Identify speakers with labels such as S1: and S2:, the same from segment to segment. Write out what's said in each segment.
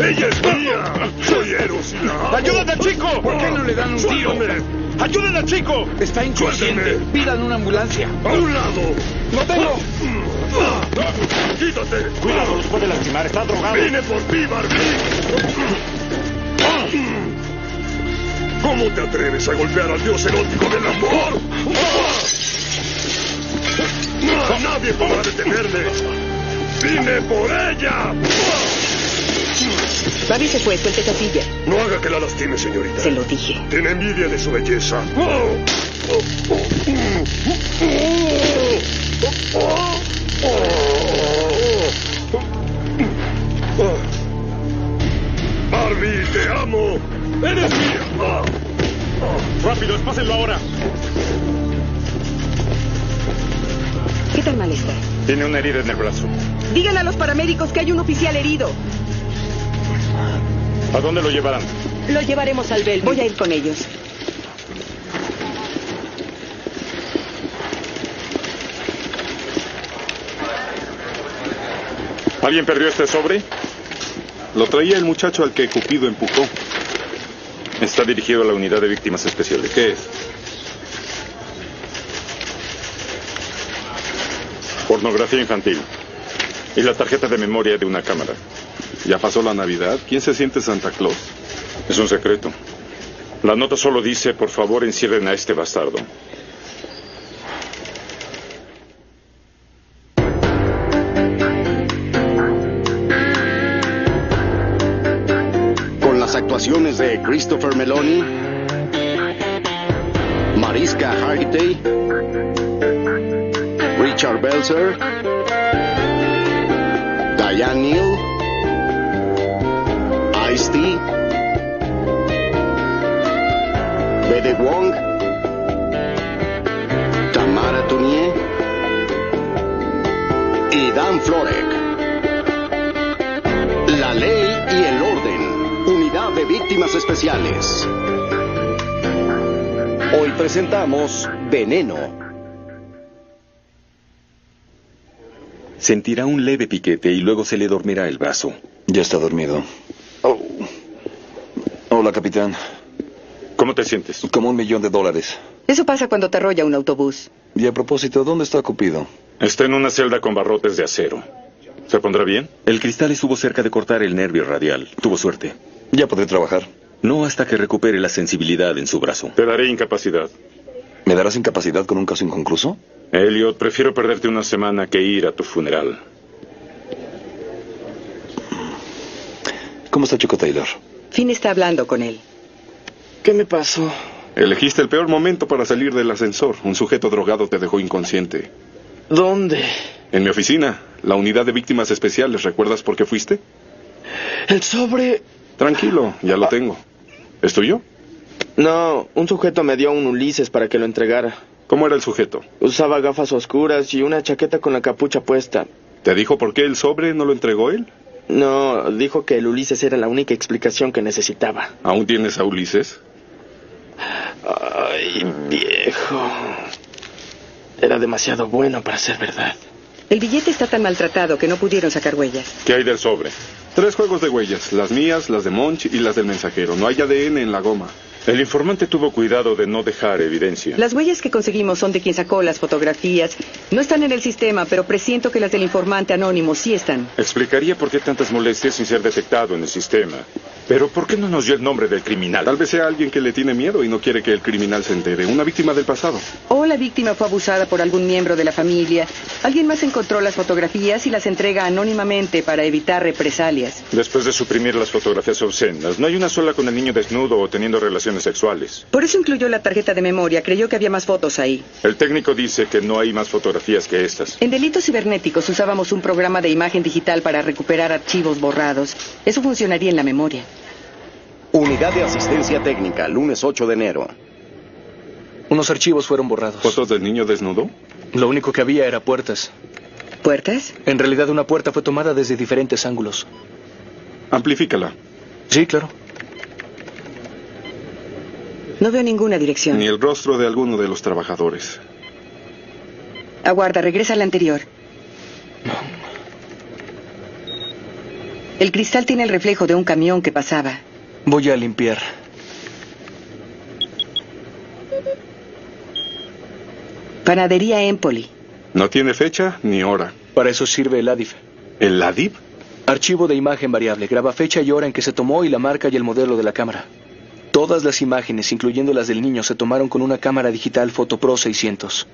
S1: ¡Ella es mía! ¡Soy Eros y la amo.
S2: ¡Ayúdala, chico!
S1: ¿Por qué no le dan un tiro?
S2: Suéltame. ¡Ayúdala, chico! Está inconsciente.
S1: Suélteme.
S2: Pidan una ambulancia.
S1: ¡A un lado!
S2: ¡Lo tengo!
S1: ¡Quítate!
S3: Cuidado, los puede lastimar, está drogado.
S1: ¡Vine por ti, Barbie! ¿Cómo te atreves a golpear al dios erótico del amor? ¡Nadie podrá detenerme! ¡Vine por ella!
S4: Babi se fue, suelte Sofía.
S1: No haga que la lastime, señorita.
S4: Se lo dije.
S1: Tiene envidia de su belleza. Oh, Barbie, te amo. Eres mía.
S3: Rápido, espásenlo ahora.
S4: ¿Qué tan mal está?
S3: Tiene una herida en el brazo.
S4: Díganle a los paramédicos que hay un oficial herido.
S3: ¿A dónde lo llevarán?
S4: Lo llevaremos al Bell. Voy a ir con ellos.
S3: ¿Alguien perdió este sobre?
S5: Lo traía el muchacho al que Cupido empujó.
S3: Está dirigido a la unidad de víctimas especiales.
S5: ¿Qué es?
S3: Pornografía infantil. Y la tarjeta de memoria de una cámara.
S5: Ya pasó la Navidad. ¿Quién se siente Santa Claus?
S3: Es un secreto. La nota solo dice, por favor, encierren a este bastardo.
S6: Con las actuaciones de Christopher Meloni, Mariska Hargitay, Richard Belzer, Diane Neal, Ice-T, Bede Wong, Tamara Tunier y Dan Florek. La ley y el orden. Unidad de víctimas especiales. Hoy presentamos Veneno.
S7: Sentirá un leve piquete y luego se le dormirá el brazo.
S8: Ya está dormido. Oh. Hola, capitán.
S3: ¿Cómo te sientes?
S8: Como un millón de dólares.
S4: Eso pasa cuando te arrolla un autobús.
S8: Y a propósito, ¿dónde está Cupido?
S3: Está en una celda con barrotes de acero. ¿Se pondrá bien?
S7: El cristal estuvo cerca de cortar el nervio radial. Tuvo suerte.
S8: Ya podré trabajar.
S7: No hasta que recupere la sensibilidad en su brazo.
S3: Te daré incapacidad.
S8: ¿Me darás incapacidad con un caso inconcluso?
S3: Elliot, prefiero perderte una semana que ir a tu funeral.
S8: ¿Cómo está Chico Taylor?
S4: Finn está hablando con él.
S9: ¿Qué me pasó?
S5: Elegiste el peor momento para salir del ascensor. Un sujeto drogado te dejó inconsciente.
S9: ¿Dónde?
S5: En mi oficina, la unidad de víctimas especiales, ¿recuerdas por qué fuiste?
S9: El sobre...
S5: Tranquilo, ya lo tengo. ¿Es tuyo?
S9: No, Ah, un sujeto me dio un Ulises para que lo entregara.
S5: ¿Cómo era el sujeto?
S9: Usaba gafas oscuras y una chaqueta con la capucha puesta.
S5: ¿Te dijo por qué el sobre no lo entregó él?
S9: No, dijo que el Ulises era la única explicación que necesitaba.
S5: ¿Aún tienes a Ulises?
S9: Ay, viejo. Era demasiado bueno para ser verdad.
S4: El billete está tan maltratado que no pudieron sacar huellas.
S3: ¿Qué hay del sobre?
S5: Tres juegos de huellas, las mías, las de Monch y las del mensajero. No hay ADN en la goma.
S3: El informante tuvo cuidado de no dejar evidencia.
S4: Las huellas que conseguimos son de quien sacó las fotografías. No están en el sistema, pero presiento que las del informante anónimo sí están.
S3: Explicaría por qué tantas molestias sin ser detectado en el sistema. Pero ¿por qué no nos dio el nombre del criminal?
S5: Tal vez sea alguien que le tiene miedo y no quiere que el criminal se entere. Una víctima del pasado.
S4: O la víctima fue abusada por algún miembro de la familia. Alguien más encontró las fotografías y las entrega anónimamente para evitar represalias.
S3: Después de suprimir las fotografías obscenas, no hay una sola con el niño desnudo o teniendo relaciones sexuales.
S4: Por eso incluyó la tarjeta de memoria. Creyó que había más fotos ahí.
S3: El técnico dice que no hay más fotografías que estas.
S4: En delitos cibernéticos usábamos un programa de imagen digital para recuperar archivos borrados. Eso funcionaría en la memoria.
S6: Unidad de asistencia técnica, lunes 8 de enero.
S10: Unos archivos fueron borrados.
S5: ¿Fotos del niño desnudo?
S10: Lo único que había era puertas.
S4: ¿Puertas?
S10: En realidad una puerta fue tomada desde diferentes ángulos.
S5: Amplifícala.
S10: Sí, claro.
S4: No veo ninguna dirección.
S5: Ni el rostro de alguno de los trabajadores.
S4: Aguarda, regresa a la anterior. El cristal tiene el reflejo de un camión que pasaba.
S10: Voy a limpiar.
S4: Panadería Empoli.
S5: No tiene fecha ni hora.
S10: Para eso sirve el ADIF.
S5: ¿El ADIF?
S10: Archivo de imagen variable. Graba fecha y hora en que se tomó y la marca y el modelo de la cámara. Todas las imágenes, incluyendo las del niño, se tomaron con una cámara digital Fotopro 600.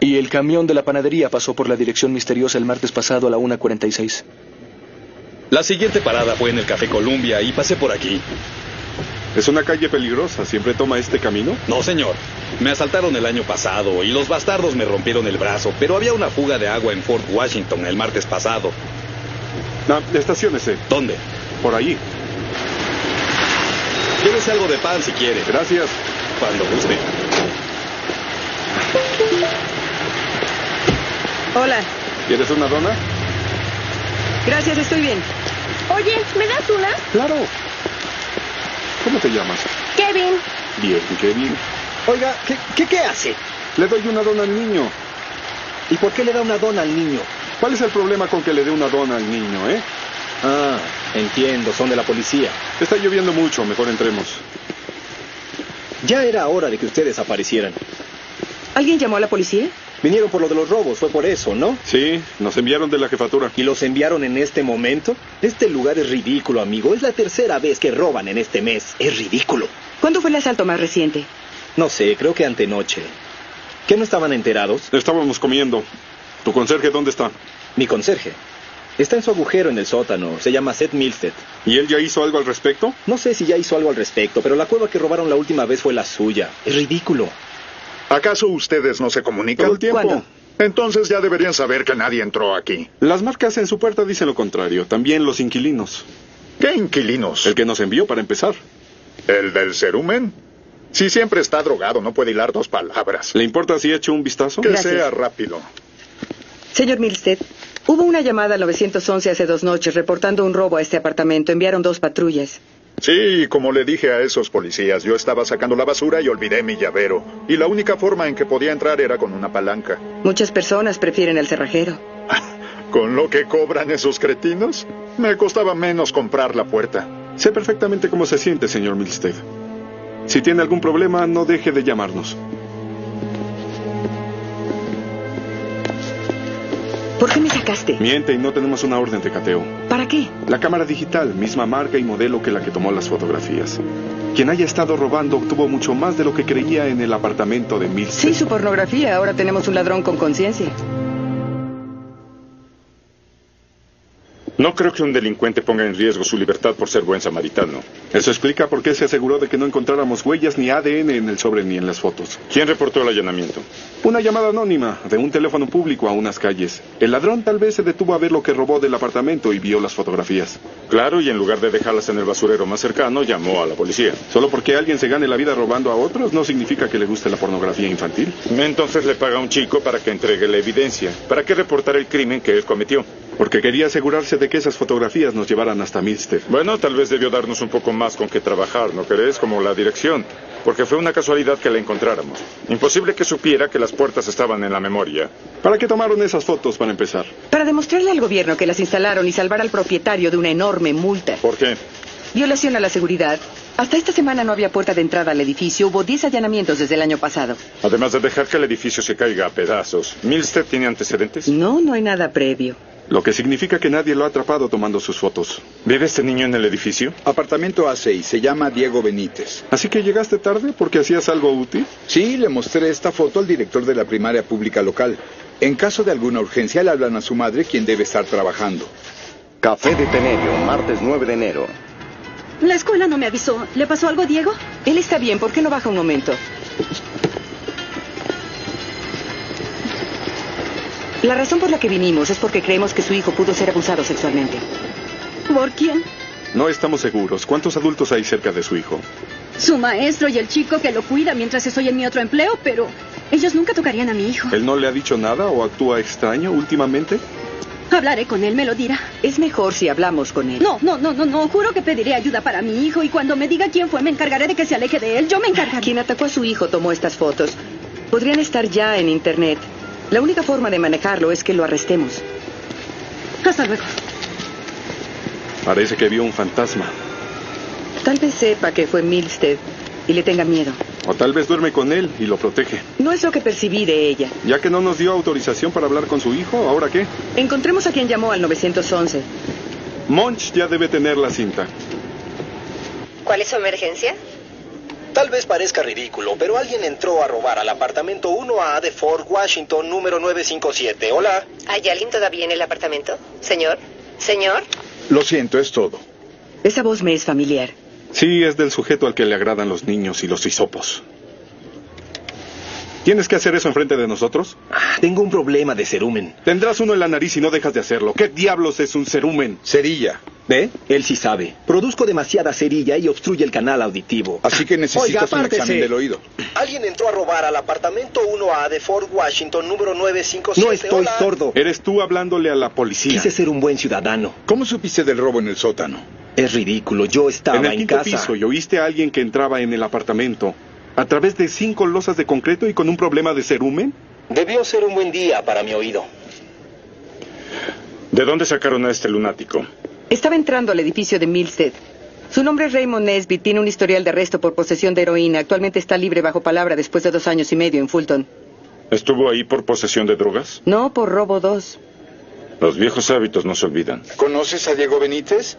S10: Y el camión de la panadería pasó por la dirección misteriosa el martes pasado a la 1.46.
S11: La siguiente parada fue en el Café Columbia y pasé por aquí.
S5: ¿Es una calle peligrosa? ¿Siempre toma este camino?
S11: No, señor. Me asaltaron el año pasado y los bastardos me rompieron el brazo, pero había una fuga de agua en Fort Washington el martes pasado.
S5: Ah, estaciónese.
S11: ¿Dónde?
S5: Por ahí.
S11: Llévese algo de pan si quiere.
S5: Gracias.
S11: Cuando guste.
S4: Hola.
S5: ¿Quieres una dona?
S4: Gracias, estoy bien.
S12: Oye, ¿me das una?
S5: Claro. ¿Cómo te llamas?
S12: Kevin.
S5: Bien, Kevin.
S9: Oiga, ¿qué, qué, qué hace?
S5: Le doy una dona al niño.
S9: ¿Y por qué le da una dona al niño?
S5: ¿Cuál es el problema con que le dé una dona al niño, eh?
S9: Ah, entiendo, son de la policía.
S5: Está lloviendo mucho, mejor entremos.
S9: Ya era hora de que ustedes aparecieran.
S4: ¿Alguien llamó a la policía?
S9: Vinieron por lo de los robos, fue por eso, ¿no?
S5: Sí, nos enviaron de la jefatura.
S9: ¿Y los enviaron en este momento? Este lugar es ridículo, amigo. Es la tercera vez que roban en este mes. Es ridículo.
S4: ¿Cuándo fue el asalto más reciente?
S9: No sé, creo que antenoche. ¿Qué no estaban enterados?
S5: Estábamos comiendo. ¿Tu conserje dónde está?
S9: Mi conserje. Está en su agujero en el sótano. Se llama Seth Milstead.
S5: ¿Y él ya hizo algo al respecto?
S9: No sé si ya hizo algo al respecto, pero la cueva que robaron la última vez fue la suya. Es ridículo.
S13: ¿Acaso ustedes no se comunican?
S5: Todo el tiempo. ¿Cuándo?
S13: Entonces ya deberían saber que nadie entró aquí.
S5: Las marcas en su puerta dicen lo contrario. También los inquilinos.
S13: ¿Qué inquilinos?
S5: El que nos envió para empezar.
S13: ¿El del cerumen? Si siempre está drogado, no puede hilar dos palabras.
S5: ¿Le importa si echo un vistazo?
S13: Que Gracias. sea rápido.
S4: Señor Milstead, hubo una llamada al 911 hace dos noches reportando un robo a este apartamento. Enviaron dos patrullas.
S13: Sí, como le dije a esos policías, yo estaba sacando la basura y olvidé mi llavero. Y la única forma en que podía entrar era con una palanca.
S4: Muchas personas prefieren el cerrajero.
S13: ¿Con lo que cobran esos cretinos? Me costaba menos comprar la puerta.
S5: Sé perfectamente cómo se siente, señor Milstead. Si tiene algún problema, no deje de llamarnos.
S4: ¿Por qué me sacaste?
S5: Miente y no tenemos una orden de cateo.
S4: ¿Para qué?
S5: La cámara digital, misma marca y modelo que la que tomó las fotografías. Quien haya estado robando obtuvo mucho más de lo que creía en el apartamento de Mills.
S4: Sí, su pornografía. Ahora tenemos un ladrón con conciencia.
S3: No creo que un delincuente ponga en riesgo su libertad por ser buen samaritano.
S5: Eso explica por qué se aseguró de que no encontráramos huellas ni ADN en el sobre ni en las fotos.
S3: ¿Quién reportó el allanamiento?
S5: Una llamada anónima de un teléfono público a unas calles. El ladrón tal vez se detuvo a ver lo que robó del apartamento y vio las fotografías.
S3: Claro, y en lugar de dejarlas en el basurero más cercano, llamó a la policía.
S5: Solo porque alguien se gane la vida robando a otros no significa que le guste la pornografía infantil.
S3: Entonces le paga a un chico para que entregue la evidencia. ¿Para qué reportar el crimen que él cometió?
S5: Porque quería asegurarse de que esas fotografías nos llevaran hasta Milstead.
S3: Bueno, tal vez debió darnos un poco más con qué trabajar, ¿no crees? Como la dirección, porque fue una casualidad que la encontráramos. Imposible que supiera que las puertas estaban en la memoria.
S5: ¿Para qué tomaron esas fotos para empezar?
S4: Para demostrarle al gobierno que las instalaron y salvar al propietario de una enorme multa.
S3: ¿Por qué?
S4: Violación a la seguridad. Hasta esta semana no había puerta de entrada al edificio. Hubo 10 allanamientos desde el año pasado.
S3: Además de dejar que el edificio se caiga a pedazos, ¿Milstead tiene antecedentes?
S4: No, no hay nada previo.
S5: Lo que significa que nadie lo ha atrapado tomando sus fotos.
S3: ¿Vive este niño en el edificio?
S2: Apartamento A6, se llama Diego Benítez.
S5: ¿Así que llegaste tarde porque hacías algo útil?
S2: Sí, le mostré esta foto al director de la primaria pública local. En caso de alguna urgencia le hablan a su madre quien debe estar trabajando.
S14: Café de Tenerio, martes 9 de enero.
S12: La escuela no me avisó. ¿Le pasó algo a Diego?
S4: Él está bien, ¿por qué no baja un momento? La razón por la que vinimos es porque creemos que su hijo pudo ser abusado sexualmente.
S12: ¿Por quién?
S5: No estamos seguros. ¿Cuántos adultos hay cerca de su hijo?
S15: Su maestro y el chico que lo cuida mientras estoy en mi otro empleo, pero ellos nunca tocarían a mi hijo.
S5: ¿Él no le ha dicho nada o actúa extraño últimamente?
S15: Hablaré con él, me lo dirá.
S4: Es mejor si hablamos con él.
S15: No, no, no, no, no. Juro que pediré ayuda para mi hijo y cuando me diga quién fue, me encargaré de que se aleje de él. Yo me encargaré.
S4: Quien atacó a su hijo tomó estas fotos. Podrían estar ya en Internet. La única forma de manejarlo es que lo arrestemos.
S15: Hasta luego.
S5: Parece que vio un fantasma.
S4: Tal vez sepa que fue Milstead y le tenga miedo.
S5: O tal vez duerme con él y lo protege.
S4: No es lo que percibí de ella.
S5: Ya que no nos dio autorización para hablar con su hijo, ¿ahora qué?
S4: Encontremos a quien llamó al 911.
S5: Monch ya debe tener la cinta.
S16: ¿Cuál es su emergencia?
S17: Tal vez parezca ridículo, pero alguien entró a robar al apartamento 1A de Fort Washington número 957. Hola.
S16: ¿Hay alguien todavía en el apartamento? Señor. Señor.
S13: Lo siento, es todo.
S4: Esa voz me es familiar.
S5: Sí, es del sujeto al que le agradan los niños y los hisopos. ¿Tienes que hacer eso enfrente de nosotros?
S9: Ah, tengo un problema de cerumen.
S5: Tendrás uno en la nariz y no dejas de hacerlo. ¿Qué diablos es un cerumen? ¿Eh?
S13: Cerilla.
S9: ¿Ve? Él sí sabe. Produzco demasiada cerilla y obstruye el canal auditivo.
S13: Así que necesitas
S9: Oiga,
S13: un examen
S9: apártese.
S13: del oído.
S17: Alguien entró a robar al apartamento 1A de Fort Washington número 957.
S9: No estoy
S17: Hola.
S9: sordo.
S5: Eres tú hablándole a la policía.
S9: Quise ser un buen ciudadano.
S13: ¿Cómo supiste del robo en el sótano?
S9: Es ridículo. Yo estaba
S5: en
S9: en,
S5: el quinto
S9: casa.
S5: piso y oíste a alguien que entraba en el apartamento a través de cinco losas de concreto y con un problema de cerumen.
S17: Debió ser un buen día para mi oído.
S3: ¿De dónde sacaron a este lunático?
S4: Estaba entrando al edificio de Milstead. Su nombre es Raymond Nesbitt, tiene un historial de arresto por posesión de heroína. Actualmente está libre bajo palabra después de dos años y medio en Fulton.
S3: ¿Estuvo ahí por posesión de drogas?
S4: No por robo 2.
S3: Los viejos hábitos no se olvidan.
S13: ¿Conoces a Diego Benítez?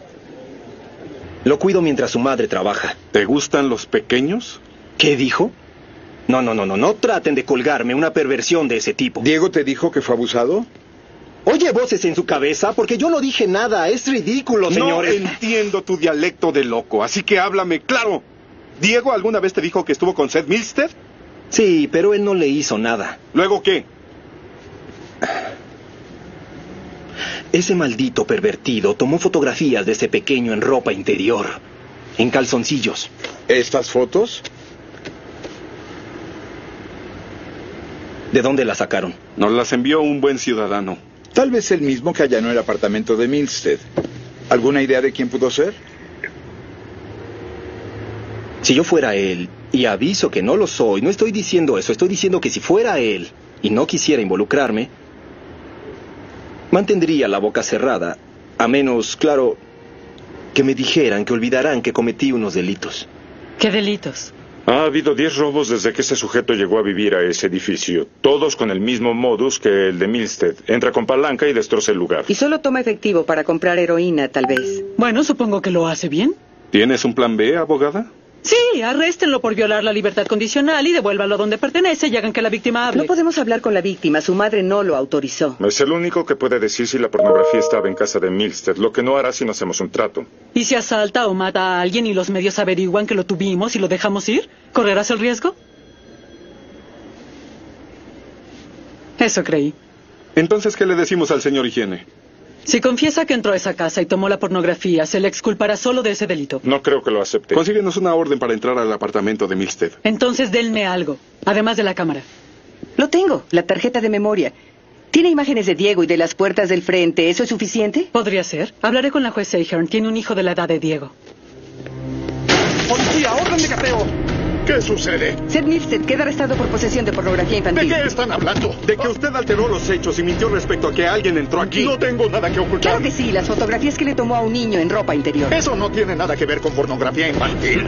S9: Lo cuido mientras su madre trabaja.
S5: ¿Te gustan los pequeños?
S9: ¿Qué dijo? No, no, no, no, no traten de colgarme una perversión de ese tipo.
S13: ¿Diego te dijo que fue abusado?
S9: Oye voces en su cabeza porque yo no dije nada. Es ridículo, señores.
S5: No entiendo tu dialecto de loco, así que háblame claro. ¿Diego alguna vez te dijo que estuvo con Seth Milstead?
S9: Sí, pero él no le hizo nada.
S5: ¿Luego qué?
S9: Ese maldito pervertido tomó fotografías de ese pequeño en ropa interior, en calzoncillos.
S13: ¿Estas fotos?
S9: ¿De dónde las sacaron?
S5: Nos las envió un buen ciudadano.
S13: Tal vez el mismo que allanó el apartamento de Milstead. ¿Alguna idea de quién pudo ser?
S9: Si yo fuera él, y aviso que no lo soy, no estoy diciendo eso, estoy diciendo que si fuera él y no quisiera involucrarme, mantendría la boca cerrada, a menos, claro, que me dijeran que olvidarán que cometí unos delitos.
S18: ¿Qué delitos?
S3: Ha habido 10 robos desde que ese sujeto llegó a vivir a ese edificio, todos con el mismo modus que el de Milstead. Entra con palanca y destroza el lugar.
S4: Y solo toma efectivo para comprar heroína, tal vez.
S18: Bueno, supongo que lo hace bien.
S5: ¿Tienes un plan B, abogada?
S18: Sí, arréstenlo por violar la libertad condicional y devuélvalo a donde pertenece y hagan que la víctima hable.
S4: No podemos hablar con la víctima, su madre no lo autorizó.
S3: Es el único que puede decir si la pornografía estaba en casa de Milstead, lo que no hará si no hacemos un trato.
S18: ¿Y si asalta o mata a alguien y los medios averiguan que lo tuvimos y lo dejamos ir? ¿Correrás el riesgo? Eso creí.
S5: Entonces, ¿qué le decimos al señor Higiene?
S18: Si confiesa que entró a esa casa y tomó la pornografía, se le exculpará solo de ese delito.
S3: No creo que lo acepte.
S5: Consíguenos una orden para entrar al apartamento de Milstead.
S18: Entonces denme algo, además de la cámara.
S4: Lo tengo, la tarjeta de memoria. Tiene imágenes de Diego y de las puertas del frente. ¿Eso es suficiente?
S18: Podría ser. Hablaré con la juez Ahern. Tiene un hijo de la edad de Diego.
S1: ¡Policía, orden de cateo!
S19: ¿Qué sucede?
S4: Seth Milstead queda arrestado por posesión de pornografía
S19: ¿De
S4: infantil.
S19: qué están hablando?
S5: De que usted alteró los hechos y mintió respecto a que alguien entró aquí.
S19: No tengo nada que ocultar.
S4: Claro que sí, las fotografías que le tomó a un niño en ropa interior.
S19: Eso no tiene nada que ver con pornografía infantil.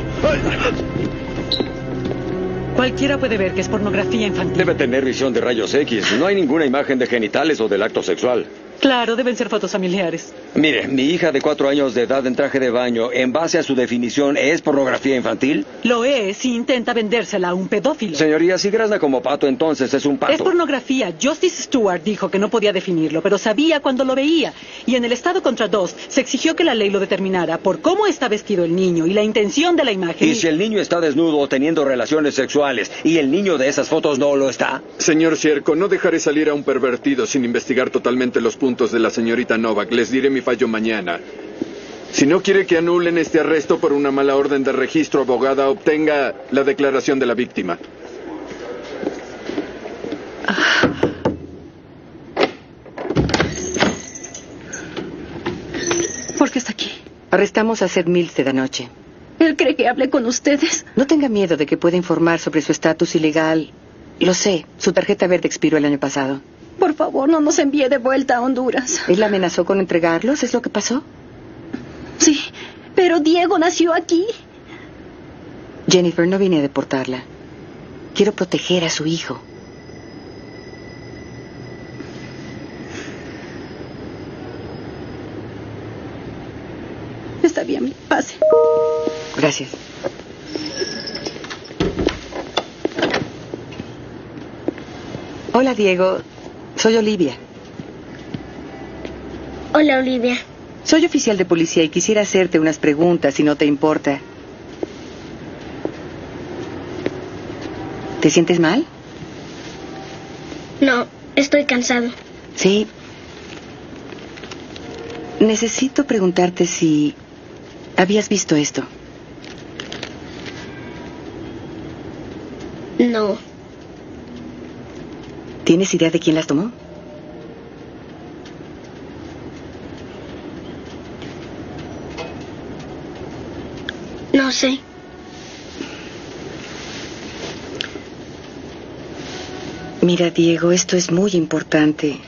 S18: Cualquiera puede ver que es pornografía infantil.
S20: Debe tener visión de rayos X. No hay ninguna imagen de genitales o del acto sexual.
S18: Claro, deben ser fotos familiares.
S20: Mire, mi hija de cuatro años de edad en traje de baño, en base a su definición, ¿es pornografía infantil?
S18: Lo es si intenta vendérsela a un pedófilo.
S20: Señoría, si grazna como pato, entonces es un pato.
S18: Es pornografía. Justice Stewart dijo que no podía definirlo, pero sabía cuando lo veía. Y en el Estado contra dos se exigió que la ley lo determinara por cómo está vestido el niño y la intención de la imagen.
S20: Y si el niño está desnudo o teniendo relaciones sexuales y el niño de esas fotos no lo está.
S21: Señor Sierco, no dejaré salir a un pervertido sin investigar totalmente los puntos de la señorita Novak. Les diré mi fallo mañana. Si no quiere que anulen este arresto por una mala orden de registro, abogada, obtenga la declaración de la víctima.
S4: ¿Por qué está aquí? Arrestamos a Seth Milstead anoche.
S15: Él cree que hablé con ustedes.
S4: No tenga miedo de que pueda informar sobre su estatus ilegal. Lo sé, su tarjeta verde expiró el año pasado.
S15: Por favor, no nos envíe de vuelta a Honduras.
S4: ¿Él amenazó con entregarlos? ¿Es lo que pasó?
S15: Sí, pero Diego nació aquí.
S4: Jennifer, no vine a deportarla. Quiero proteger a su hijo.
S15: Está bien, pase.
S4: Gracias. Hola, Diego. Soy Olivia.
S22: Hola, Olivia.
S4: Soy oficial de policía y quisiera hacerte unas preguntas si no te importa. ¿Te sientes mal?
S22: No, estoy cansado.
S4: Sí. Necesito preguntarte si habías visto esto.
S22: No,
S4: ¿Tienes idea de quién las tomó?
S22: no sé.
S4: Mira, Diego, esto es muy importante.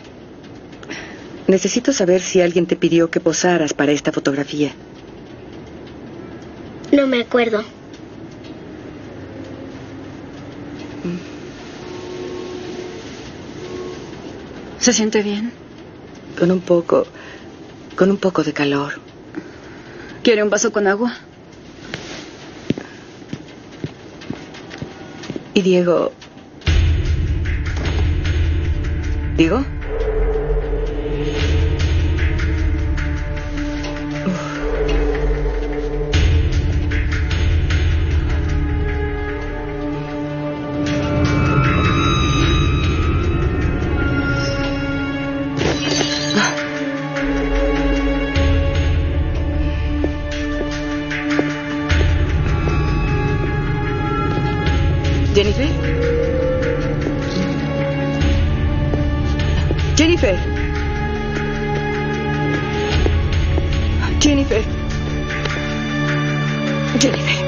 S4: Necesito saber si alguien te pidió que posaras para esta fotografía.
S22: No me acuerdo.
S23: ¿Se siente bien?
S4: Con un poco. con un poco de calor.
S23: ¿Quiere un vaso con agua?
S4: Y Diego. ¿Diego? Jennifer. Jennifer. Jennifer. Jennifer.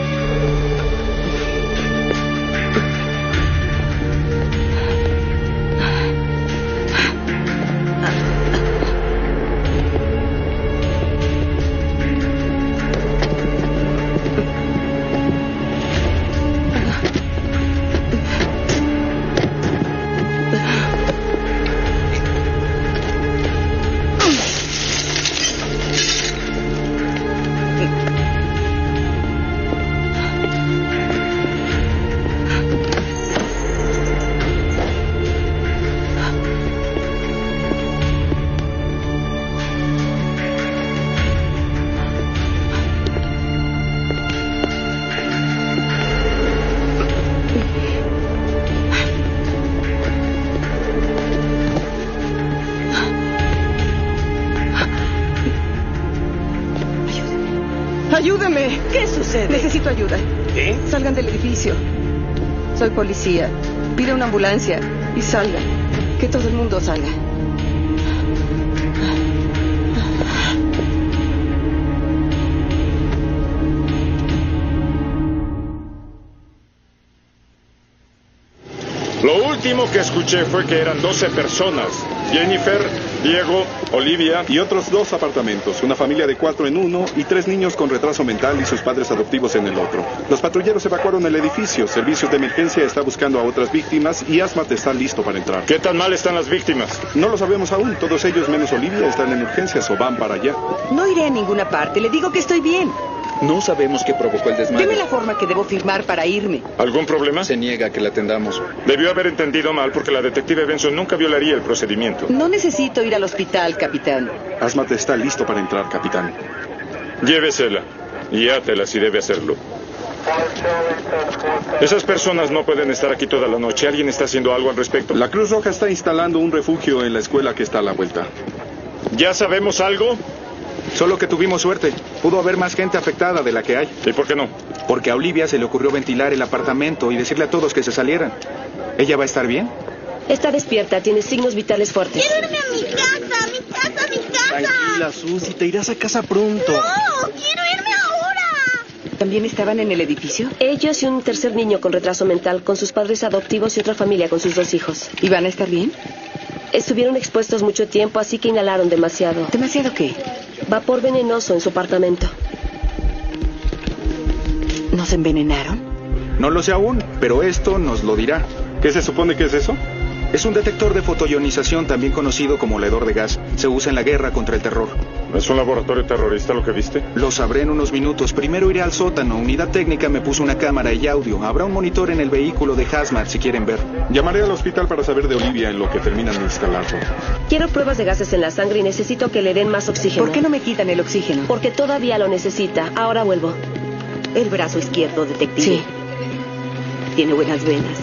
S4: Ayúdame. ¿Qué sucede? Necesito ayuda.
S17: ¿Qué?
S4: Salgan del edificio. Soy policía. Pide una ambulancia y salgan. Que todo el mundo salga.
S3: Lo último que escuché fue que eran 12 personas. Jennifer, Diego, Olivia.
S5: Y otros dos apartamentos, una familia de cuatro en uno y tres niños con retraso mental y sus padres adoptivos en el otro. Los patrulleros evacuaron el edificio, servicios de emergencia está buscando a otras víctimas y Asmat está listo para entrar.
S3: ¿Qué tan mal están las víctimas?
S5: No lo sabemos aún, todos ellos menos Olivia están en urgencias o van para allá.
S4: No iré a ninguna parte. Le digo que estoy bien.
S21: No sabemos qué provocó el desmadre.
S4: Deme la forma que debo firmar para irme.
S3: ¿Algún problema?
S21: Se niega que la atendamos.
S3: Debió haber entendido mal porque la detective Benson nunca violaría el procedimiento.
S4: No necesito ir al hospital, capitán.
S5: Asmat está listo para entrar, capitán.
S3: Llévesela y átela si debe hacerlo. Esas personas no pueden estar aquí toda la noche. Alguien está haciendo algo al respecto.
S5: La Cruz Roja está instalando un refugio en la escuela que está a la vuelta.
S3: ¿Ya sabemos algo?
S13: Solo que tuvimos suerte. Pudo haber más gente afectada de la que hay.
S3: ¿Y por qué no?
S13: Porque a Olivia se le ocurrió ventilar el apartamento y decirle a todos que se salieran. ¿Ella va a estar bien?
S24: Está despierta, tiene signos vitales fuertes.
S25: Tranquila, Susi, te irás a casa pronto.
S24: quiero irme ahora! ¿También estaban en el edificio? Ellos y un tercer niño con retraso mental, con sus padres adoptivos y otra familia con sus dos hijos. ¿Y van a estar bien? Estuvieron expuestos mucho tiempo, así que inhalaron demasiado. ¿Demasiado qué? Vapor venenoso en su apartamento.
S4: ¿Nos envenenaron?
S13: No lo sé aún, pero esto nos lo dirá. ¿Qué se supone que es eso? Es un detector de fotoionización también conocido como leedor de gas. Se usa en la guerra contra el terror.
S3: ¿Es un laboratorio terrorista lo que viste?
S13: Lo sabré en unos minutos. Primero iré al sótano. Unidad técnica me puso una cámara y audio. Habrá un monitor en el vehículo de Hazmat si quieren ver.
S5: Llamaré al hospital para saber de Olivia en lo que terminan de instalarlo.
S24: Quiero pruebas de gases en la sangre y necesito que le den más oxígeno.
S4: ¿Por qué no me quitan el oxígeno?
S24: Porque todavía lo necesita. Ahora vuelvo.
S8: El brazo izquierdo, detective. Sí. Tiene buenas venas.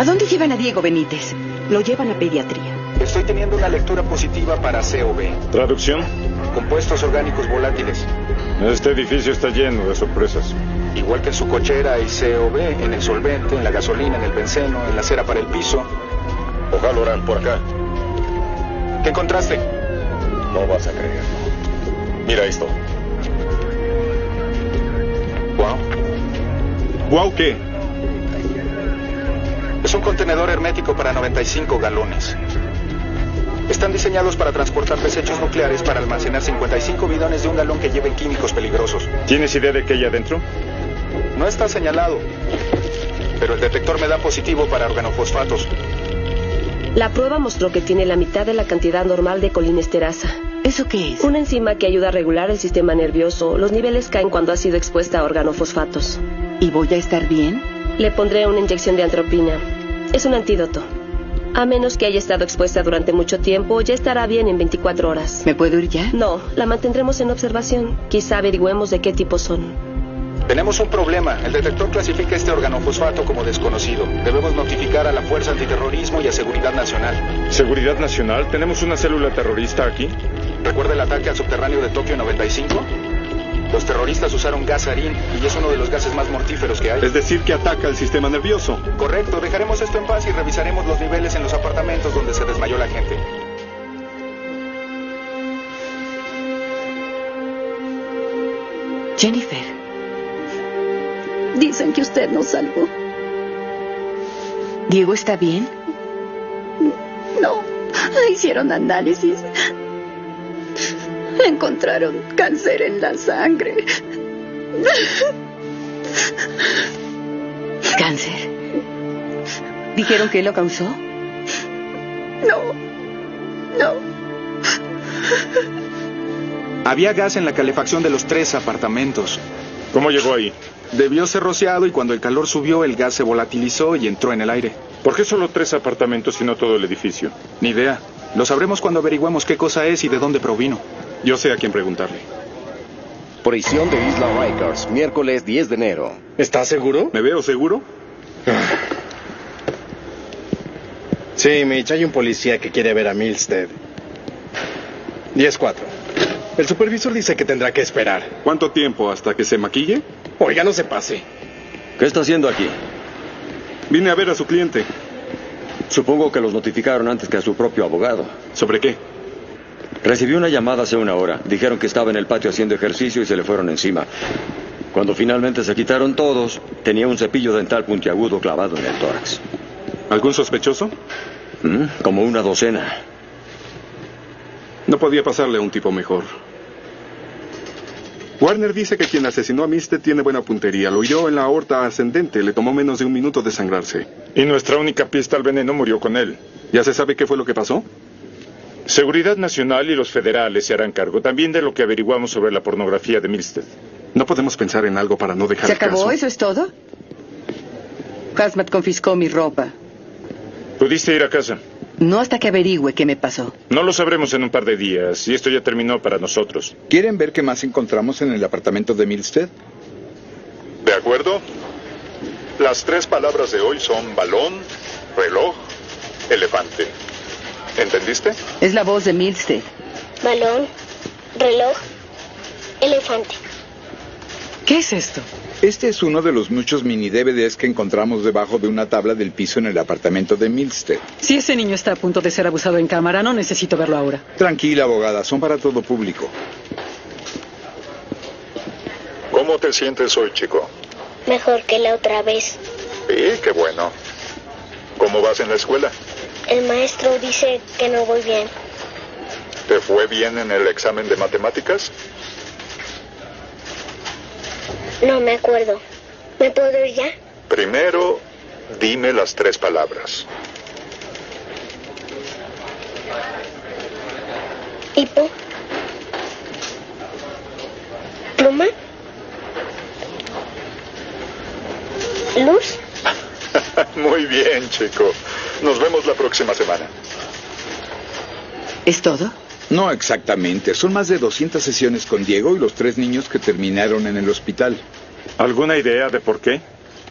S4: ¿A dónde llevan a Diego Benítez?
S8: Lo llevan a pediatría.
S13: Estoy teniendo una lectura positiva para COB.
S3: ¿Traducción?
S13: Compuestos orgánicos volátiles.
S3: Este edificio está lleno de sorpresas.
S13: Igual que en su cochera hay COB, en el solvente, en la gasolina, en el benceno, en la cera para el piso.
S26: Ojalá oran por acá.
S13: ¿Qué encontraste?
S26: No vas a creer. Mira esto.
S13: Wow.
S5: ¿Guau qué?
S13: Es un contenedor hermético para 95 galones. Están diseñados para transportar desechos nucleares para almacenar 55 bidones de un galón que lleven químicos peligrosos.
S3: ¿Tienes idea de qué hay adentro?
S13: No está señalado, pero el detector me da positivo para organofosfatos.
S24: La prueba mostró que tiene la mitad de la cantidad normal de colinesterasa.
S4: ¿Eso qué es?
S24: Una enzima que ayuda a regular el sistema nervioso. Los niveles caen cuando ha sido expuesta a organofosfatos.
S4: ¿Y voy a estar bien?
S24: Le pondré una inyección de antropina. Es un antídoto. A menos que haya estado expuesta durante mucho tiempo, ya estará bien en 24 horas.
S4: ¿Me puedo ir ya?
S24: No, la mantendremos en observación. Quizá averigüemos de qué tipo son.
S13: Tenemos un problema. El detector clasifica este organofosfato como desconocido. Debemos notificar a la Fuerza Antiterrorismo y a Seguridad Nacional.
S3: ¿Seguridad Nacional? ¿Tenemos una célula terrorista aquí?
S13: ¿Recuerda el ataque al subterráneo de Tokio 95? Los terroristas usaron gas harín y es uno de los gases más mortíferos que hay.
S5: Es decir, que ataca el sistema nervioso.
S13: Correcto, dejaremos esto en paz y revisaremos los niveles en los apartamentos donde se desmayó la gente.
S4: Jennifer.
S23: Dicen que usted nos salvó.
S4: ¿Diego está bien?
S23: No. Hicieron análisis. Encontraron cáncer en la sangre.
S4: ¿Cáncer? ¿Dijeron que lo causó?
S23: No. No.
S13: Había gas en la calefacción de los tres apartamentos.
S3: ¿Cómo llegó ahí?
S13: Debió ser rociado y cuando el calor subió el gas se volatilizó y entró en el aire.
S3: ¿Por qué solo tres apartamentos y no todo el edificio?
S13: Ni idea. Lo sabremos cuando averigüemos qué cosa es y de dónde provino.
S5: Yo sé a quién preguntarle.
S10: Prisión de Isla Rikers, miércoles 10 de enero.
S21: ¿Estás seguro?
S5: ¿Me veo seguro?
S21: Sí, Mitch, hay un policía que quiere ver a Milstead. 10-4. El supervisor dice que tendrá que esperar.
S5: ¿Cuánto tiempo hasta que se maquille?
S21: Oiga, no se pase.
S20: ¿Qué está haciendo aquí?
S5: Vine a ver a su cliente.
S20: Supongo que los notificaron antes que a su propio abogado.
S5: ¿Sobre qué?
S20: Recibí una llamada hace una hora. Dijeron que estaba en el patio haciendo ejercicio y se le fueron encima. Cuando finalmente se quitaron todos, tenía un cepillo dental puntiagudo clavado en el tórax.
S5: ¿Algún sospechoso?
S20: Mm, Como una docena.
S5: No podía pasarle a un tipo mejor. Warner dice que quien asesinó a Miste tiene buena puntería. Lo hirió en la aorta ascendente. Le tomó menos de un minuto desangrarse.
S3: Y nuestra única pista al veneno murió con él.
S5: ¿Ya se sabe qué fue lo que pasó?
S3: Seguridad Nacional y los federales se harán cargo también de lo que averiguamos sobre la pornografía de Milstead.
S5: No podemos pensar en algo para no dejar
S4: ¿Se
S5: el caso.
S4: acabó? ¿Eso es todo? Hazmat confiscó mi ropa.
S3: Pudiste ir a casa.
S4: No hasta que averigüe qué me pasó.
S3: No lo sabremos en un par de días y esto ya terminó para nosotros.
S13: ¿Quieren ver qué más encontramos en el apartamento de Milstead?
S26: ¿De acuerdo? Las tres palabras de hoy son balón, reloj, elefante. ¿Entendiste?
S4: Es la voz de Milstead.
S22: Balón, reloj,
S23: Elefante.
S27: ¿Qué es esto?
S2: Este es uno de los muchos mini DVDs que encontramos debajo de una tabla del piso en el apartamento de Milstead.
S18: Si ese niño está a punto de ser abusado en cámara, no necesito verlo ahora.
S2: Tranquila, abogada, son para todo público.
S13: ¿Cómo te sientes hoy, chico?
S24: Mejor que la otra vez.
S13: Sí, qué bueno. ¿Cómo vas en la escuela?
S24: El maestro dice que no voy bien.
S13: ¿Te fue bien en el examen de matemáticas?
S24: No me acuerdo. ¿Me puedo ir ya?
S13: Primero, dime las tres palabras.
S24: Hipo. Pluma. Luz.
S13: Muy bien, chico. Nos vemos la próxima semana.
S2: ¿Es todo? No exactamente. Son más de 200 sesiones con Diego y los tres niños que terminaron en el hospital.
S28: ¿Alguna idea de por qué?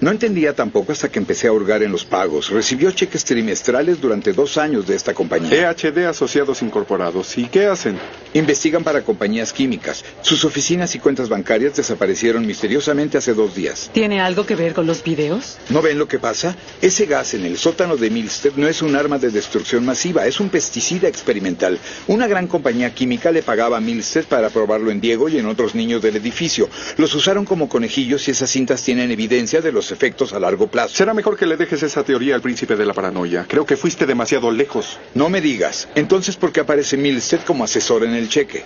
S2: No entendía tampoco hasta que empecé a hurgar en los pagos. Recibió cheques trimestrales durante dos años de esta compañía.
S5: EHD Asociados Incorporados. ¿Y qué hacen?
S2: Investigan para compañías químicas. Sus oficinas y cuentas bancarias desaparecieron misteriosamente hace dos días.
S18: ¿Tiene algo que ver con los videos?
S2: ¿No ven lo que pasa? Ese gas en el sótano de Milstead no es un arma de destrucción masiva, es un pesticida experimental. Una gran compañía química le pagaba a Milstead para probarlo en Diego y en otros niños del edificio. Los usaron como conejillos y esas cintas tienen evidencia de los efectos a largo plazo.
S5: Será mejor que le dejes esa teoría al príncipe de la paranoia. Creo que fuiste demasiado lejos.
S2: No me digas. Entonces, ¿por qué aparece Milstead como asesor en el cheque?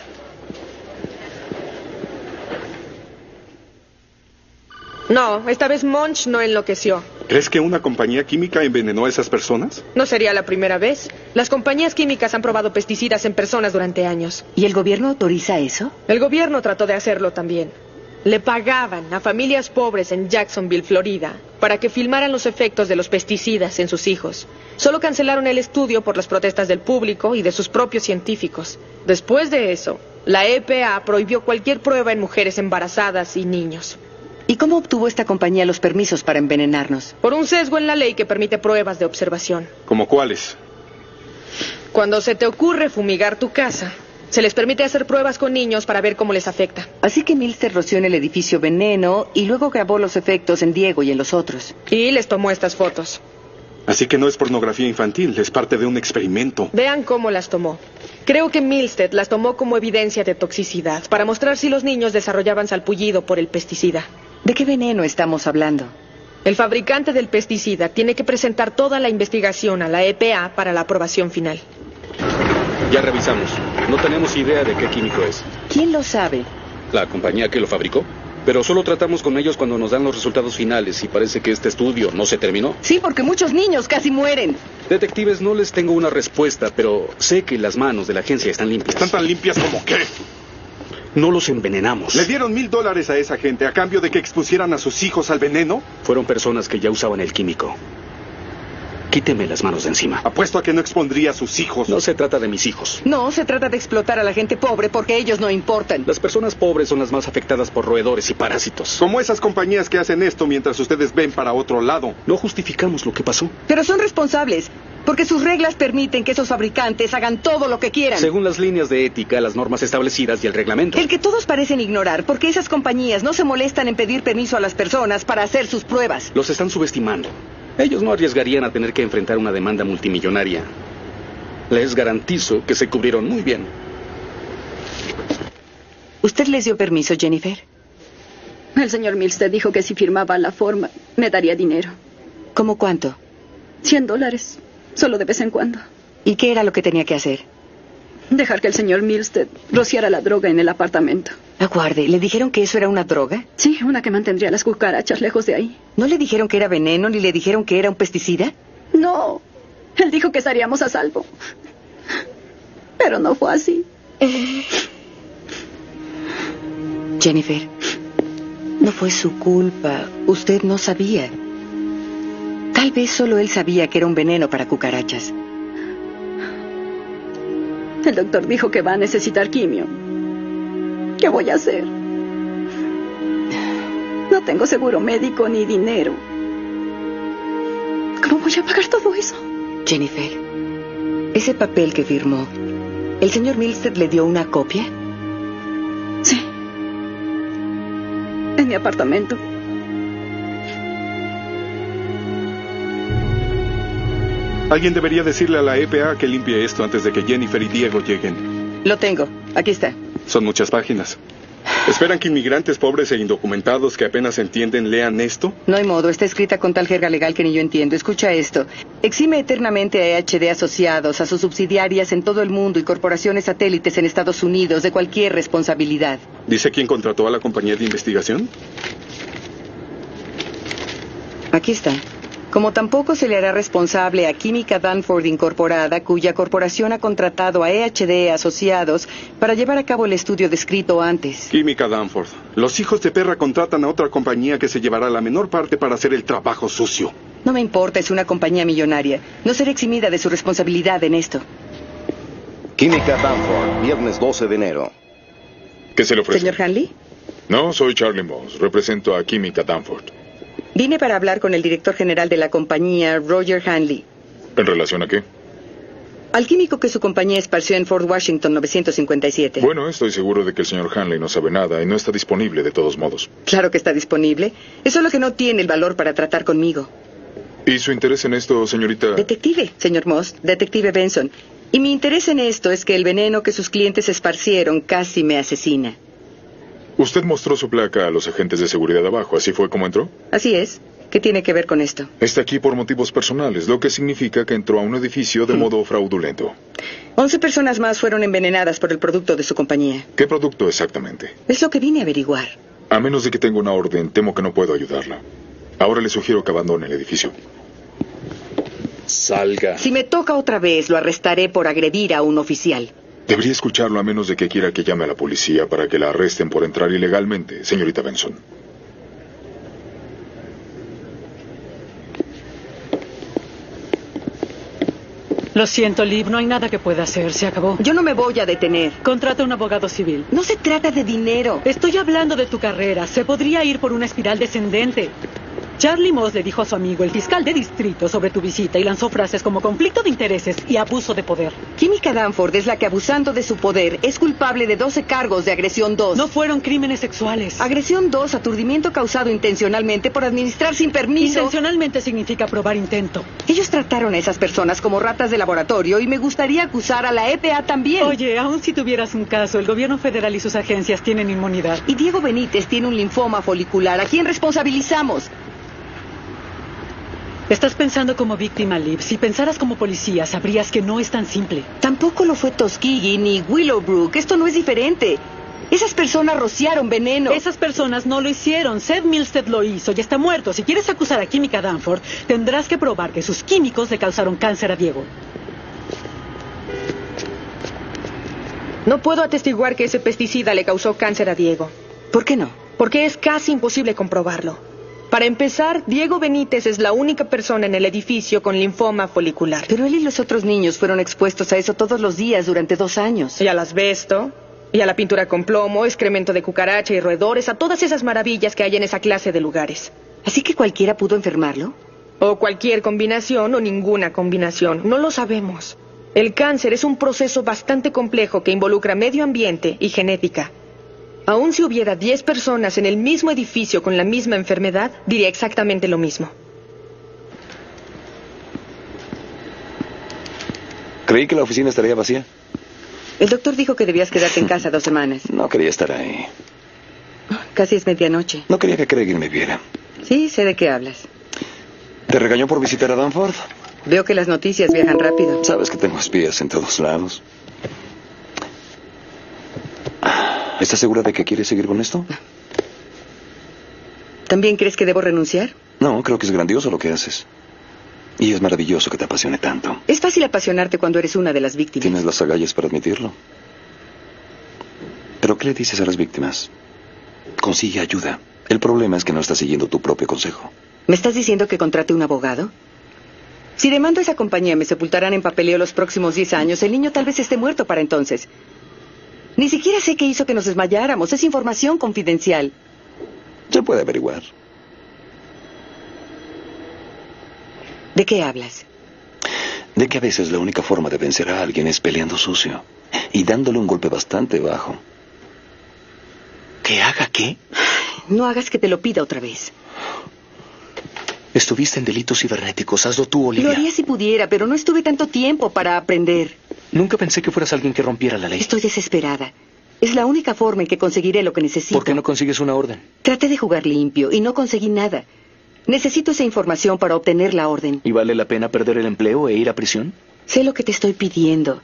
S12: No, esta vez Monch no enloqueció.
S5: ¿Crees que una compañía química envenenó a esas personas?
S12: No sería la primera vez. Las compañías químicas han probado pesticidas en personas durante años.
S29: ¿Y el gobierno autoriza eso?
S12: El gobierno trató de hacerlo también. Le pagaban a familias pobres en Jacksonville, Florida, para que filmaran los efectos de los pesticidas en sus hijos. Solo cancelaron el estudio por las protestas del público y de sus propios científicos. Después de eso, la EPA prohibió cualquier prueba en mujeres embarazadas y niños.
S4: ¿Y cómo obtuvo esta compañía los permisos para envenenarnos?
S12: Por un sesgo en la ley que permite pruebas de observación.
S5: ¿Como cuáles?
S12: Cuando se te ocurre fumigar tu casa, se les permite hacer pruebas con niños para ver cómo les afecta.
S4: Así que Milster roció en el edificio veneno y luego grabó los efectos en Diego y en los otros.
S12: Y les tomó estas fotos.
S5: Así que no es pornografía infantil, es parte de un experimento.
S12: Vean cómo las tomó. Creo que Milstead las tomó como evidencia de toxicidad para mostrar si los niños desarrollaban salpullido por el pesticida.
S4: ¿De qué veneno estamos hablando?
S12: El fabricante del pesticida tiene que presentar toda la investigación a la EPA para la aprobación final.
S6: Ya revisamos. No tenemos idea de qué químico es.
S4: ¿Quién lo sabe?
S6: La compañía que lo fabricó. Pero solo tratamos con ellos cuando nos dan los resultados finales y parece que este estudio no se terminó.
S4: Sí, porque muchos niños casi mueren.
S6: Detectives, no les tengo una respuesta, pero sé que las manos de la agencia están limpias.
S5: ¿Están tan limpias como qué?
S6: No los envenenamos.
S5: ¿Le dieron mil dólares a esa gente a cambio de que expusieran a sus hijos al veneno?
S6: Fueron personas que ya usaban el químico. Quíteme las manos de encima.
S5: Apuesto a que no expondría a sus hijos.
S6: No se trata de mis hijos.
S4: No, se trata de explotar a la gente pobre porque ellos no importan.
S6: Las personas pobres son las más afectadas por roedores y parásitos.
S5: Como esas compañías que hacen esto mientras ustedes ven para otro lado.
S6: No justificamos lo que pasó.
S4: Pero son responsables. Porque sus reglas permiten que esos fabricantes hagan todo lo que quieran.
S6: Según las líneas de ética, las normas establecidas y el reglamento.
S4: El que todos parecen ignorar, porque esas compañías no se molestan en pedir permiso a las personas para hacer sus pruebas.
S6: Los están subestimando. Ellos no arriesgarían a tener que enfrentar una demanda multimillonaria. Les garantizo que se cubrieron muy bien.
S4: ¿Usted les dio permiso, Jennifer?
S23: El señor Milstead dijo que si firmaba la forma, me daría dinero.
S4: ¿Cómo cuánto?
S23: 100 dólares. Solo de vez en cuando.
S4: ¿Y qué era lo que tenía que hacer?
S23: Dejar que el señor Milstead rociara la droga en el apartamento.
S4: Aguarde, ¿le dijeron que eso era una droga?
S23: Sí, una que mantendría las cucarachas lejos de ahí.
S4: ¿No le dijeron que era veneno ni le dijeron que era un pesticida?
S23: No. Él dijo que estaríamos a salvo. Pero no fue así.
S4: Eh, Jennifer, no fue su culpa. Usted no sabía. Tal vez solo él sabía que era un veneno para cucarachas.
S23: El doctor dijo que va a necesitar quimio. ¿Qué voy a hacer? No tengo seguro médico ni dinero. ¿Cómo voy a pagar todo eso?
S4: Jennifer, ese papel que firmó, ¿el señor Milstead le dio una copia?
S23: Sí. en mi apartamento.
S5: Alguien debería decirle a la EPA que limpie esto antes de que Jennifer y Diego lleguen.
S4: Lo tengo. Aquí está.
S5: Son muchas páginas. ¿Esperan que inmigrantes pobres e indocumentados que apenas entienden lean esto?
S4: No hay modo, está escrita con tal jerga legal que ni yo entiendo. Escucha esto. Exime eternamente a EHD asociados, a sus subsidiarias en todo el mundo y corporaciones satélites en Estados Unidos de cualquier responsabilidad.
S5: ¿Dice quién contrató a la compañía de investigación?
S4: Aquí está. Como tampoco se le hará responsable a Química Danford Incorporada, cuya corporación ha contratado a EHD Asociados para llevar a cabo el estudio descrito antes.
S5: Química Danforth. Los hijos de perra contratan a otra compañía que se llevará la menor parte para hacer el trabajo sucio.
S4: No me importa, es una compañía millonaria. No seré eximida de su responsabilidad en esto.
S10: Química Danforth, viernes 12 de enero.
S19: ¿Qué se le ofrece?
S4: Señor Hanley,
S19: No, soy Charlie Moss. Represento a Química Danforth.
S4: vine para hablar con el director general de la compañía, Roger Hanley.
S19: ¿En relación a qué?
S4: Al químico que su compañía esparció en Fort Washington 957.
S19: Bueno, estoy seguro de que el señor Hanley no sabe nada y no está disponible de todos modos.
S4: Claro que está disponible. Es solo que no tiene el valor para tratar conmigo.
S19: ¿Y su interés en esto, señorita?
S4: Detective, señor Moss, detective Benson. Y mi interés en esto es que el veneno que sus clientes esparcieron casi me asesina.
S19: Usted mostró su placa a los agentes de seguridad abajo, ¿así fue como entró?
S4: Así es. ¿Qué tiene que ver con esto?
S19: Está aquí por motivos personales, lo que significa que entró a un edificio de modo fraudulento.
S4: Once personas más fueron envenenadas por el producto de su compañía.
S19: ¿Qué producto exactamente?
S4: Es lo que vine a averiguar.
S19: A menos de que tenga una orden, temo que no puedo ayudarla. Ahora le sugiero que abandone el edificio. Salga.
S4: Si me toca otra vez, lo arrestaré por agredir a un oficial.
S19: Debería escucharlo a menos de que quiera que llame a la policía para que la arresten por entrar ilegalmente, señorita Benson.
S18: Lo siento, Liv, no hay nada que pueda hacer, se acabó.
S4: Yo no me voy a detener.
S18: Contrata un abogado civil.
S4: No se trata de dinero.
S18: Estoy hablando de tu carrera, se podría ir por una espiral descendente. Charlie Moss le dijo a su amigo, el fiscal de distrito, sobre tu visita y lanzó frases como conflicto de intereses y abuso de poder.
S4: Química Danford es la que, abusando de su poder, es culpable de 12 cargos de agresión 2.
S18: No fueron crímenes sexuales.
S4: Agresión 2, aturdimiento causado intencionalmente por administrar sin permiso.
S18: Intencionalmente significa probar intento.
S4: Ellos trataron a esas personas como ratas de laboratorio y me gustaría acusar a la EPA también.
S18: Oye, aun si tuvieras un caso, el gobierno federal y sus agencias tienen inmunidad.
S4: Y Diego Benítez tiene un linfoma folicular. ¿A quién responsabilizamos?
S18: Estás pensando como víctima, Liv. Si pensaras como policía, sabrías que no es tan simple.
S4: Tampoco lo fue Tuskegee ni Willowbrook. Esto no es diferente. Esas personas rociaron veneno.
S18: Esas personas no lo hicieron. Seth Milstead lo hizo y está muerto. Si quieres acusar a Química Danforth, tendrás que probar que sus químicos le causaron cáncer a Diego.
S12: No puedo atestiguar que ese pesticida le causó cáncer a Diego.
S4: ¿Por qué no?
S12: Porque es casi imposible comprobarlo. Para empezar, Diego Benítez es la única persona en el edificio con linfoma folicular.
S4: Pero él y los otros niños fueron expuestos a eso todos los días durante dos años.
S12: Y al asbesto, y a la pintura con plomo, excremento de cucaracha y roedores, a todas esas maravillas que hay en esa clase de lugares.
S4: ¿Así que cualquiera pudo enfermarlo?
S12: O cualquier combinación o ninguna combinación. No lo sabemos. El cáncer es un proceso bastante complejo que involucra medio ambiente y genética. Aún si hubiera 10 personas en el mismo edificio con la misma enfermedad, diría exactamente lo mismo.
S10: Creí que la oficina estaría vacía.
S4: El doctor dijo que debías quedarte en casa dos semanas.
S10: No quería estar ahí.
S4: Casi es medianoche.
S10: No quería que Craig me viera.
S4: Sí, sé de qué hablas.
S10: ¿Te regañó por visitar a Danforth?
S4: Veo que las noticias viajan rápido.
S10: Sabes que tengo espías en todos lados. ¿Estás segura de que quieres seguir con esto?
S4: ¿También crees que debo renunciar?
S10: No, creo que es grandioso lo que haces. Y es maravilloso que te apasione tanto.
S4: Es fácil apasionarte cuando eres una de las víctimas.
S10: Tienes las agallas para admitirlo. Pero ¿qué le dices a las víctimas? Consigue ayuda. El problema es que no estás siguiendo tu propio consejo.
S4: ¿Me estás diciendo que contrate un abogado? Si demando a esa compañía me sepultarán en papeleo los próximos 10 años, el niño tal vez esté muerto para entonces. Ni siquiera sé qué hizo que nos desmayáramos. Es información confidencial.
S10: Se puede averiguar.
S4: ¿De qué hablas?
S10: De que a veces la única forma de vencer a alguien es peleando sucio y dándole un golpe bastante bajo. ¿Que haga qué?
S4: No hagas que te lo pida otra vez.
S10: Estuviste en delitos cibernéticos. Hazlo tú,
S4: Lo
S10: Olivia.
S4: haría si pudiera, pero no estuve tanto tiempo para aprender.
S10: Nunca pensé que fueras alguien que rompiera la ley.
S4: Estoy desesperada. Es la única forma en que conseguiré lo que necesito.
S10: ¿Por qué no consigues una orden?
S4: Traté de jugar limpio y no conseguí nada. Necesito esa información para obtener la orden.
S10: ¿Y vale la pena perder el empleo e ir a prisión?
S4: Sé lo que te estoy pidiendo.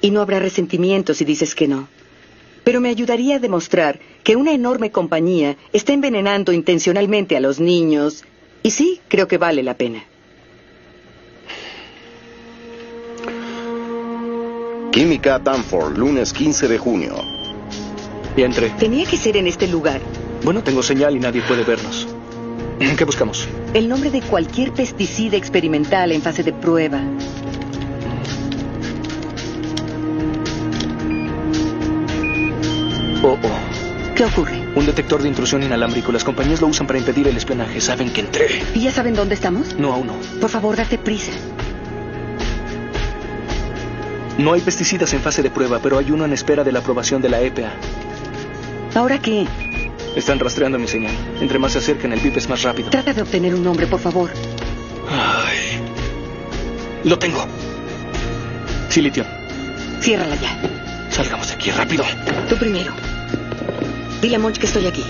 S4: Y no habrá resentimiento si dices que no. Pero me ayudaría a demostrar que una enorme compañía está envenenando intencionalmente a los niños. Y sí, creo que vale la pena.
S1: Química Danforth, lunes 15 de junio.
S10: Y entre.
S4: Tenía que ser en este lugar.
S10: Bueno, tengo señal y nadie puede vernos. ¿Qué buscamos?
S4: El nombre de cualquier pesticida experimental en fase de prueba.
S10: Oh, oh.
S4: ¿Qué ocurre?
S10: Un detector de intrusión inalámbrico. Las compañías lo usan para impedir el espionaje. Saben que entré.
S4: ¿Y ya saben dónde estamos?
S10: No, aún no.
S4: Por favor, date prisa.
S10: No hay pesticidas en fase de prueba, pero hay uno en espera de la aprobación de la EPA.
S4: ¿Ahora qué?
S10: Están rastreando mi señal. Entre más se acerquen, el VIP es más rápido.
S4: Trata de obtener un nombre, por favor.
S10: Ay. Lo tengo. Silitio,
S4: Ciérrala ya.
S10: salgamos de aquí rápido.
S4: Tú primero. Dile a Monch que estoy aquí.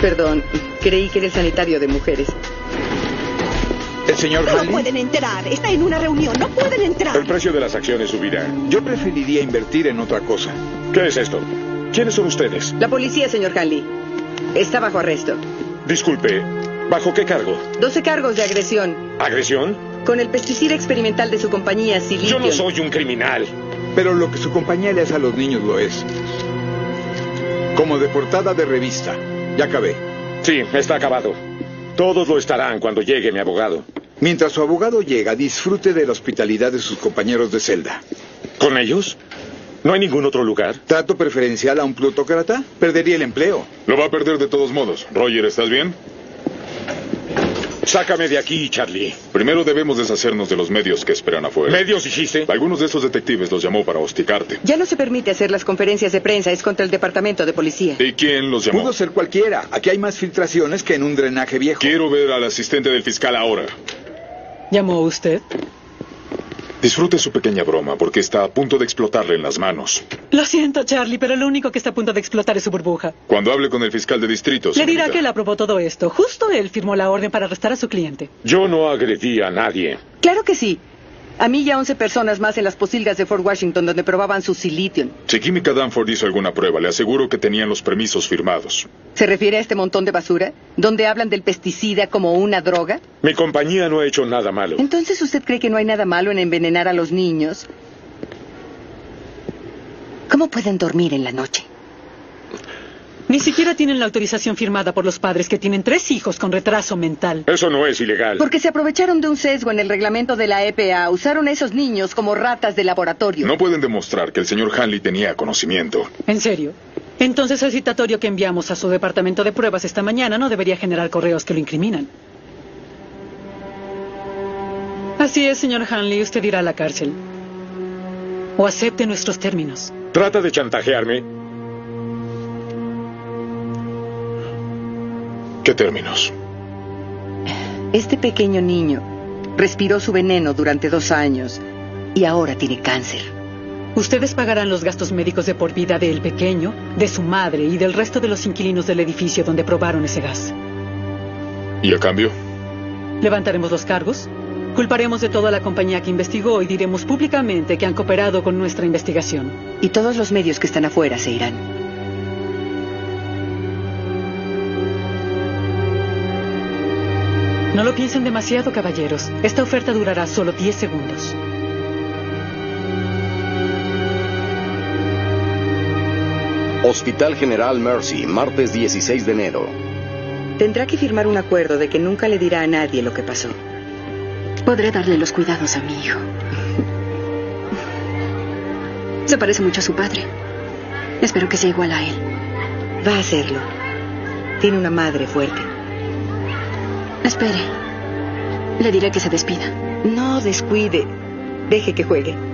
S4: Perdón, creí que era el sanitario de mujeres.
S2: El señor
S8: No
S2: Hanley,
S8: pueden entrar. Está en una reunión. No pueden entrar.
S3: El precio de las acciones subirá.
S2: yo preferiría invertir en otra cosa.
S3: ¿Qué es esto? ¿Quiénes son ustedes?
S4: La policía, señor Hanley. Está bajo arresto.
S3: Disculpe, ¿bajo qué cargo?
S4: 12 cargos de agresión
S3: ¿Agresión?
S4: con el pesticida experimental de su compañía, Silithium.
S3: Yo no soy un criminal.
S2: Pero lo que su compañía le hace a los niños lo es. Como de portada de revista. Ya acabé.
S3: Sí, está acabado. Todos lo estarán cuando llegue mi abogado.
S2: Mientras su abogado llega, disfrute de la hospitalidad de sus compañeros de celda.
S3: ¿Con ellos? ¿No hay ningún otro lugar?
S2: ¿Trato preferencial a un plutócrata? Perdería el empleo.
S19: Lo va a perder de todos modos. Roger, ¿estás bien?
S3: Sácame de aquí, Charlie.
S19: Primero debemos deshacernos de los medios que esperan afuera.
S3: ¿Medios dijiste?
S19: Algunos de esos detectives los llamó para hostigarte.
S4: Ya no se permite hacer las conferencias de prensa, es contra el departamento de policía.
S19: ¿Y quién los llamó?
S2: Pudo ser cualquiera. Aquí hay más filtraciones que en un drenaje viejo.
S19: Quiero ver al asistente del fiscal ahora.
S18: ¿Llamó usted?
S19: Disfrute su pequeña broma porque está a punto de explotarle en las manos.
S18: Lo siento, Charlie, pero lo único que está a punto de explotar es su burbuja.
S19: Cuando hable con el fiscal de distrito,
S18: Le dirá
S19: señorita.
S18: que él aprobó todo esto. Justo él firmó la orden para arrestar a su cliente.
S3: Yo no agredí a nadie.
S4: Claro que sí. A mí y a 11 personas más en las posilgas de Fort Washington donde probaban su silithium.
S19: Si Química Danford hizo alguna prueba, le aseguro que tenían los permisos firmados.
S4: ¿Se refiere a este montón de basura? ¿Donde hablan del pesticida como una droga?
S3: Mi compañía no ha hecho nada malo.
S4: Entonces usted cree que no hay nada malo en envenenar a los niños. ¿Cómo pueden dormir en la noche?
S18: Ni siquiera tienen la autorización firmada por los padres que tienen tres hijos con retraso mental.
S3: Eso no es ilegal.
S4: Porque se aprovecharon de un sesgo en el reglamento de la EPA. Usaron a esos niños como ratas de laboratorio.
S19: No pueden demostrar que el señor Hanley tenía conocimiento.
S18: ¿En serio? Entonces el citatorio que enviamos a su departamento de pruebas esta mañana no debería generar correos que lo incriminan. Así es, señor Hanley, usted irá a la cárcel. O acepte nuestros términos.
S3: Trata de chantajearme.
S19: ¿Qué términos?
S4: Este pequeño niño respiró su veneno durante dos años y ahora tiene cáncer.
S18: Ustedes pagarán los gastos médicos de por vida del pequeño, de su madre y del resto de los inquilinos del edificio donde probaron ese gas.
S19: ¿Y a cambio?
S18: Levantaremos los cargos, culparemos de toda la compañía que investigó y diremos públicamente que han cooperado con nuestra investigación.
S4: Y todos los medios que están afuera se irán.
S18: No lo piensen demasiado, caballeros. Esta oferta durará solo 10 segundos.
S1: Hospital General Mercy, martes 16 de enero.
S4: Tendrá que firmar un acuerdo de que nunca le dirá a nadie lo que pasó.
S22: Podré darle los cuidados a mi hijo. Se parece mucho a su padre. Espero que sea igual a él.
S4: Va a hacerlo. Tiene una madre fuerte.
S22: Espere. Le diré que se despida.
S4: No descuide. Deje que juegue.